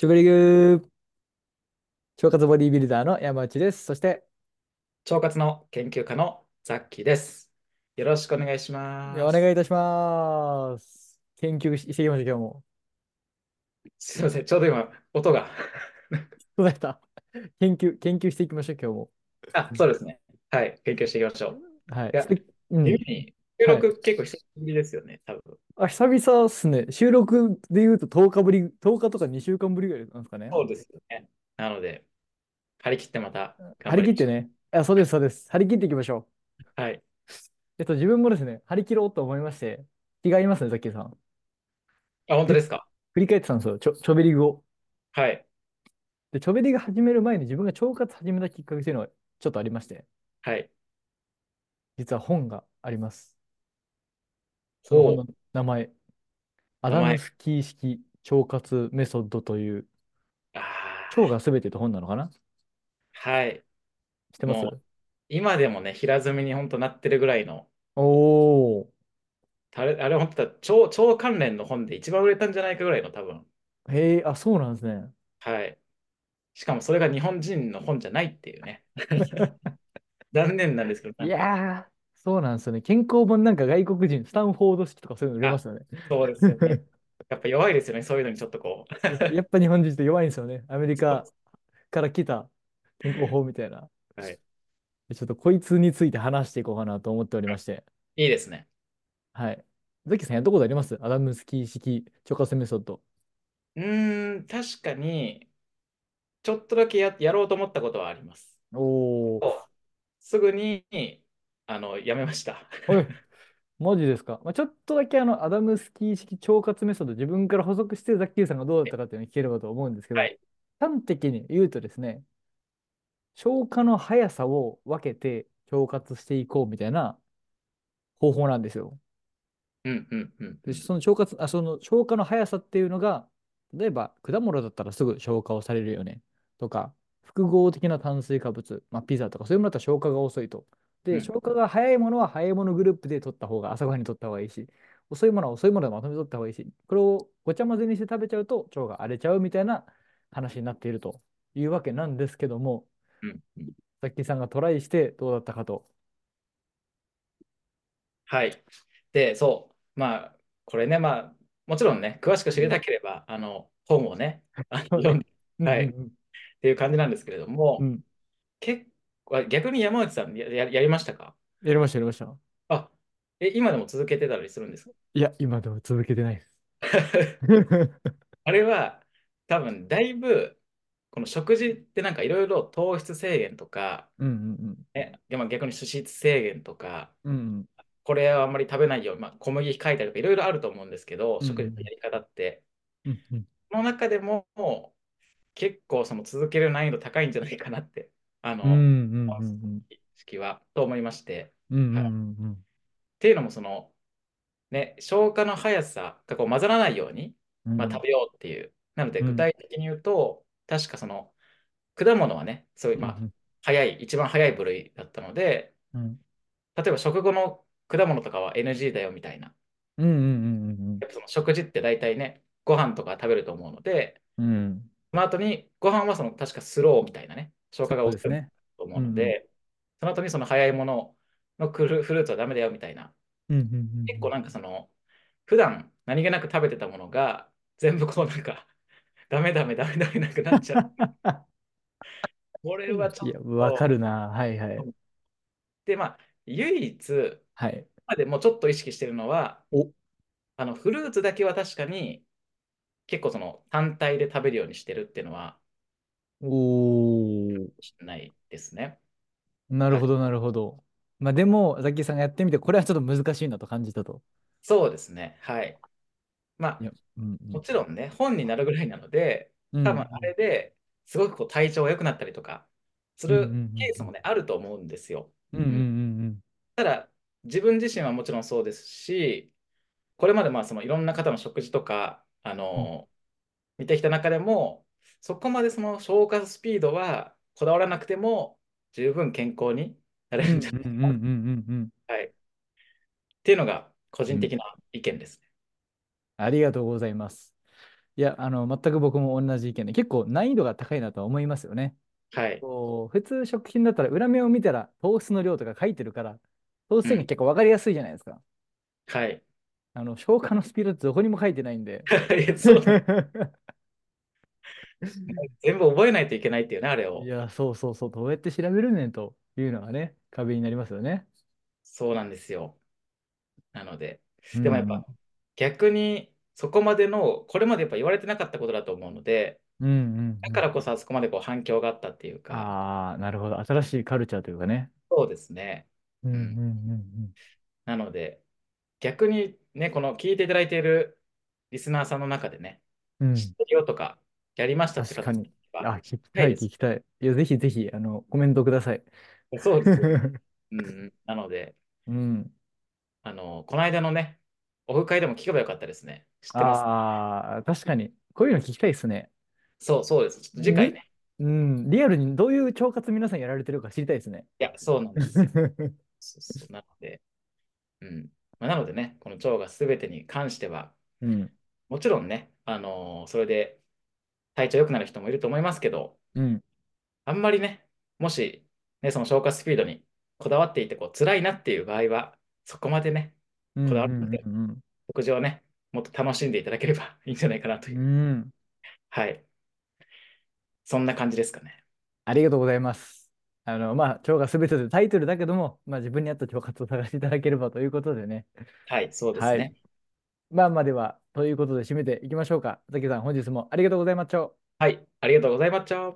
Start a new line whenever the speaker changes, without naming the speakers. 食リグ腸活ボディビルダーの山内です。そして、
腸活の研究家のザッキーです。よろしくお願いしま
お願いい
す。
たします。研究してきました、今日も。
すいません、ちょうど今、音が。
どうだった研究、研究していきましょう、今日も。
あ、そうですね。はい、研究していきましょう。
はい。
い
す
や、
てう
ゆ
ん。
うに、収
はい。
録結構久しぶりですよね、多分。
あ、久々っすね。収録で言うと10日ぶり、10日とか2週間ぶりぐらいなんですかね。
そうですよね。なので、張り切ってまた頑
張
張
り切っ
り
て
ましょ
ね。あ、そうです、そうです。張り切っていきましょう。
う。はい。
えっと、自分もですね、張り切ろうと思いまして、気が合いますね、ザッキーさん。
あ、本
振
当
り、
ですか。
振り返ってたんですよ、ちょ、チョベリグを。
はい。
で、チョベリグ始める前に自分が腸活始めたきっかけというのはちょっとありまして、
はい。
実は本があります。その本
おう、
の名前、ア
名
ダム
前。
スキー式腸活メソッドという、
あ
腸
ー
が全てと本なのかな
はい。
知ってます
もう、今でもね、平積みに本当なってるぐらいの、
おー。
あれ、あれ本当だ、超超関連の本で一番売れたんじゃないかぐらいの、多分。
へえ、あ、そうなんですね。
はい。しかもそれが日本人の本じゃないっていう ね。残念なんですけど、ないんか、
やー、そうなんですよね。健康本なんか外国人、スタンフォード式とかそういうの売れま
あ、
す よね。
そうですよね。やっぱ弱いですよね、そういうのにちょっとこう。
そうやっぱ日本人って弱いんですよね。アメリ
そう
カから来た健康法みたいな。
はい。
でちょっとこいつについて話していこうかなと思っておりまして。
いいですね。
はい。ザキさんやったことありますアダムスキー式腸活メソッド。
うーん、確かに、ちょっとだけや、やろうと思ったことはあります。
おー。
そうすぐに、あの、やめました。
おい、マジですか。まあ、ちょっとだけあのアダムスキー式腸活メソッド、自分から補足してザッキーさんがどうだったかっていうのを聞ければと思うんですけ
は
ど、
い。
端的に言うとですね、消化の速さを分けて腸活していこうみたいな方法なんですよ。
うんうんうんう
で、
ん。
その腸活、あ、その消化の速さっていうのが、例えば果物だったらすぐ消化をされるよねとか、複合的な炭水化物、まあ、ピザとかそういうものだったら消化が遅いと。
う
で、
ん
消化が早いものは早いものグループで取った方が、朝ごはんに取った方がいいし、遅いものは遅いものでまとめ取った方がいいし、これをごちゃ混ぜにして食べちゃうと腸が荒れちゃうみたいな話になっているというわけなんですけども、
うんうん。
さっきさんがトライしてどうだったかと。
はい。で、そう、まあ、これね、まあ、もちろんね、詳しく知りたければ、あの、本を ね、あの
そう
読ん
ね。う
で、
ん
はい、っ
うん
ていう感じなんですけれど
う
も、
ん。うん。
結構、あ逆に山内さんや、や、やりましたか
やりました、やりました。
あ、え、今でも続けてたりするんですか
いや、今でも続けてないです。
あれは、多分、だいぶ、この食事ってなんかいろいろ糖質制限とか、
うんうん
ね、でまあ逆に脂質制限とか、
うん。うん
これはあんまり食べないように、まあ、小麦控えたりとかいろいろあると思うんですけ
うん。
ど、
う
食事の
ん
やり方って。
うんうん。
その中でも、結構その続ける難易度高いんじゃないかなって、あ
うんう
の、
んうんうん
式は、と思いまして。
うんうん
は
う
い。っ
んうんうん
ていうのも、その、ね、消化の速さがこう混ざらないように、
う
まあ、
ん
食べようっていう。なので、
う
具
ん
体的に言うと、確かその、果物はね、そういう、
う
まあ、
ん
早い、一番早い部類だったので、
うん
例えば食後の果物とかは NG だよみたいな。
うんうん
やっぱその食事って大体ね、ご飯とか食べると思うので、
うんうんうん
その後にご飯はその確かスローみたいなね、消
そ
化が
う
遅
です
い
ね。
と思
う
うの
ん
で、その後にその早いもののクルフルーツはダメだよみたいな、
うんうん
結構なんかその、普段何気なく食べてたものが全部こうなんか、 ダメダメダメダメなくなっち ゃう。こ
う
れ
んう
は
ん。
ちょ
い
っ
や、わか
と、
るな。はいはい。
で、まあ、唯一、
はい。
まあでもちょっと意識してるのは、
お、
あのフルーツだけは確かに結構その単体で食べるようにしてるっていうのは
おー。
しないですね。
なる
は
ほ
い。
ど、なるほど。まあでも、ザッキーさんがやってみて、これはちょっと難しいなと感じたと。
そうですね。はい。ま
い
あ、
や、うんう
も
ん。
ちろんね、本になるぐらいなので、
う
多
ん
分あれですごくこう体調が良くなったりとかす
うんう
るケースも
ん
ね、あると思うんですよ。
うんうん
うん。
うん
ただ、自分自身はもちろんそうですし、これまでまあそのいろんな方の食事とか、あ
うん
の見てきた中でも、そこまでその消化スピードはこだわらなくても、十分健康になれ
うんうん
る
ん
じゃ
う
なんいか
うんうんうん
な。はい。っていうのが個
う
人
ん
的な意見ですね。
ありがとうございます。いや、あの、全く僕も同じ意見で、結構難易度が高いなとは思いますよね。
はい。
こう、普通食品だったら裏面を見たら糖質の量とか書いてるから、糖
う
質制限
ん。
結構わかりやすいじゃないですか。
はい。
あの、消化のスピードどこにも書いてないんで。
い やそうだ。全部覚えないといけないっていうね、あれ
い
を。
や、そうそうそう、どうやって調べるねんというのがね、壁になりますよね。
そうなんですよ。なので、
う
でもやっ
ん、
ぱ逆にそこまでの、これまでやっぱ言われてなかったことだと思うので、
うん、うん、
だ
う
から
ん。
こそあそこまでこう反響があったっていうか、
ああ、なるほど。新しいカルチャーというかね。
そうですね。
うん、う、
うん
う
ん。
ん
なので、逆にね、この聞いていただいているリスナーさんの中でね、
うん、う
知っ
ん。
てるよとか、やりましたって
確
方
か
が
に。
いれば、
あ、聞き
な
た
い
い、
で
聞
す。
きたい。いや、ぜひぜひ、あの、コメントくださ い。
そうですよ。うん。なので、
うん。
あの、この間のね、オフ会でも聞けばよかったですね。知ってます。
ああ、確かに。こういうの聞きたいですね。
そう、そうです。ちょっと次回
り、
ね。
うん、リアルにどういう腸活皆さんやられてるか知りたいです ね。
いや、そうなんですよ。そうそうなので、うん。まあ、なのでね、この腸が全てに関しては、
うん、
もちろんね、あのそれで体調良くなる人もいると思いますけど、
うん。
あんまりね、もし、ね、その消化スピードにこだわっていて、こう、辛いなっていう場合は、そこまでね、
う
こだわ
ん、
らなく
うん、
て、
うん、
食事をね、もっと楽しんでいただければ いいんじゃないかなというう。
ん。うん。
はい。そんな感じですかね。
ありがとうございます。あの、まあ、腸が全てでタイトルだけども、まあ、自分に合った腸活を探していただければということでね。
はい、そうです
はい。
ね。
まあまあでは、ということで締めていきましょうか。ザキさん、本日もありがとうございました。
はい、ありがとうございました。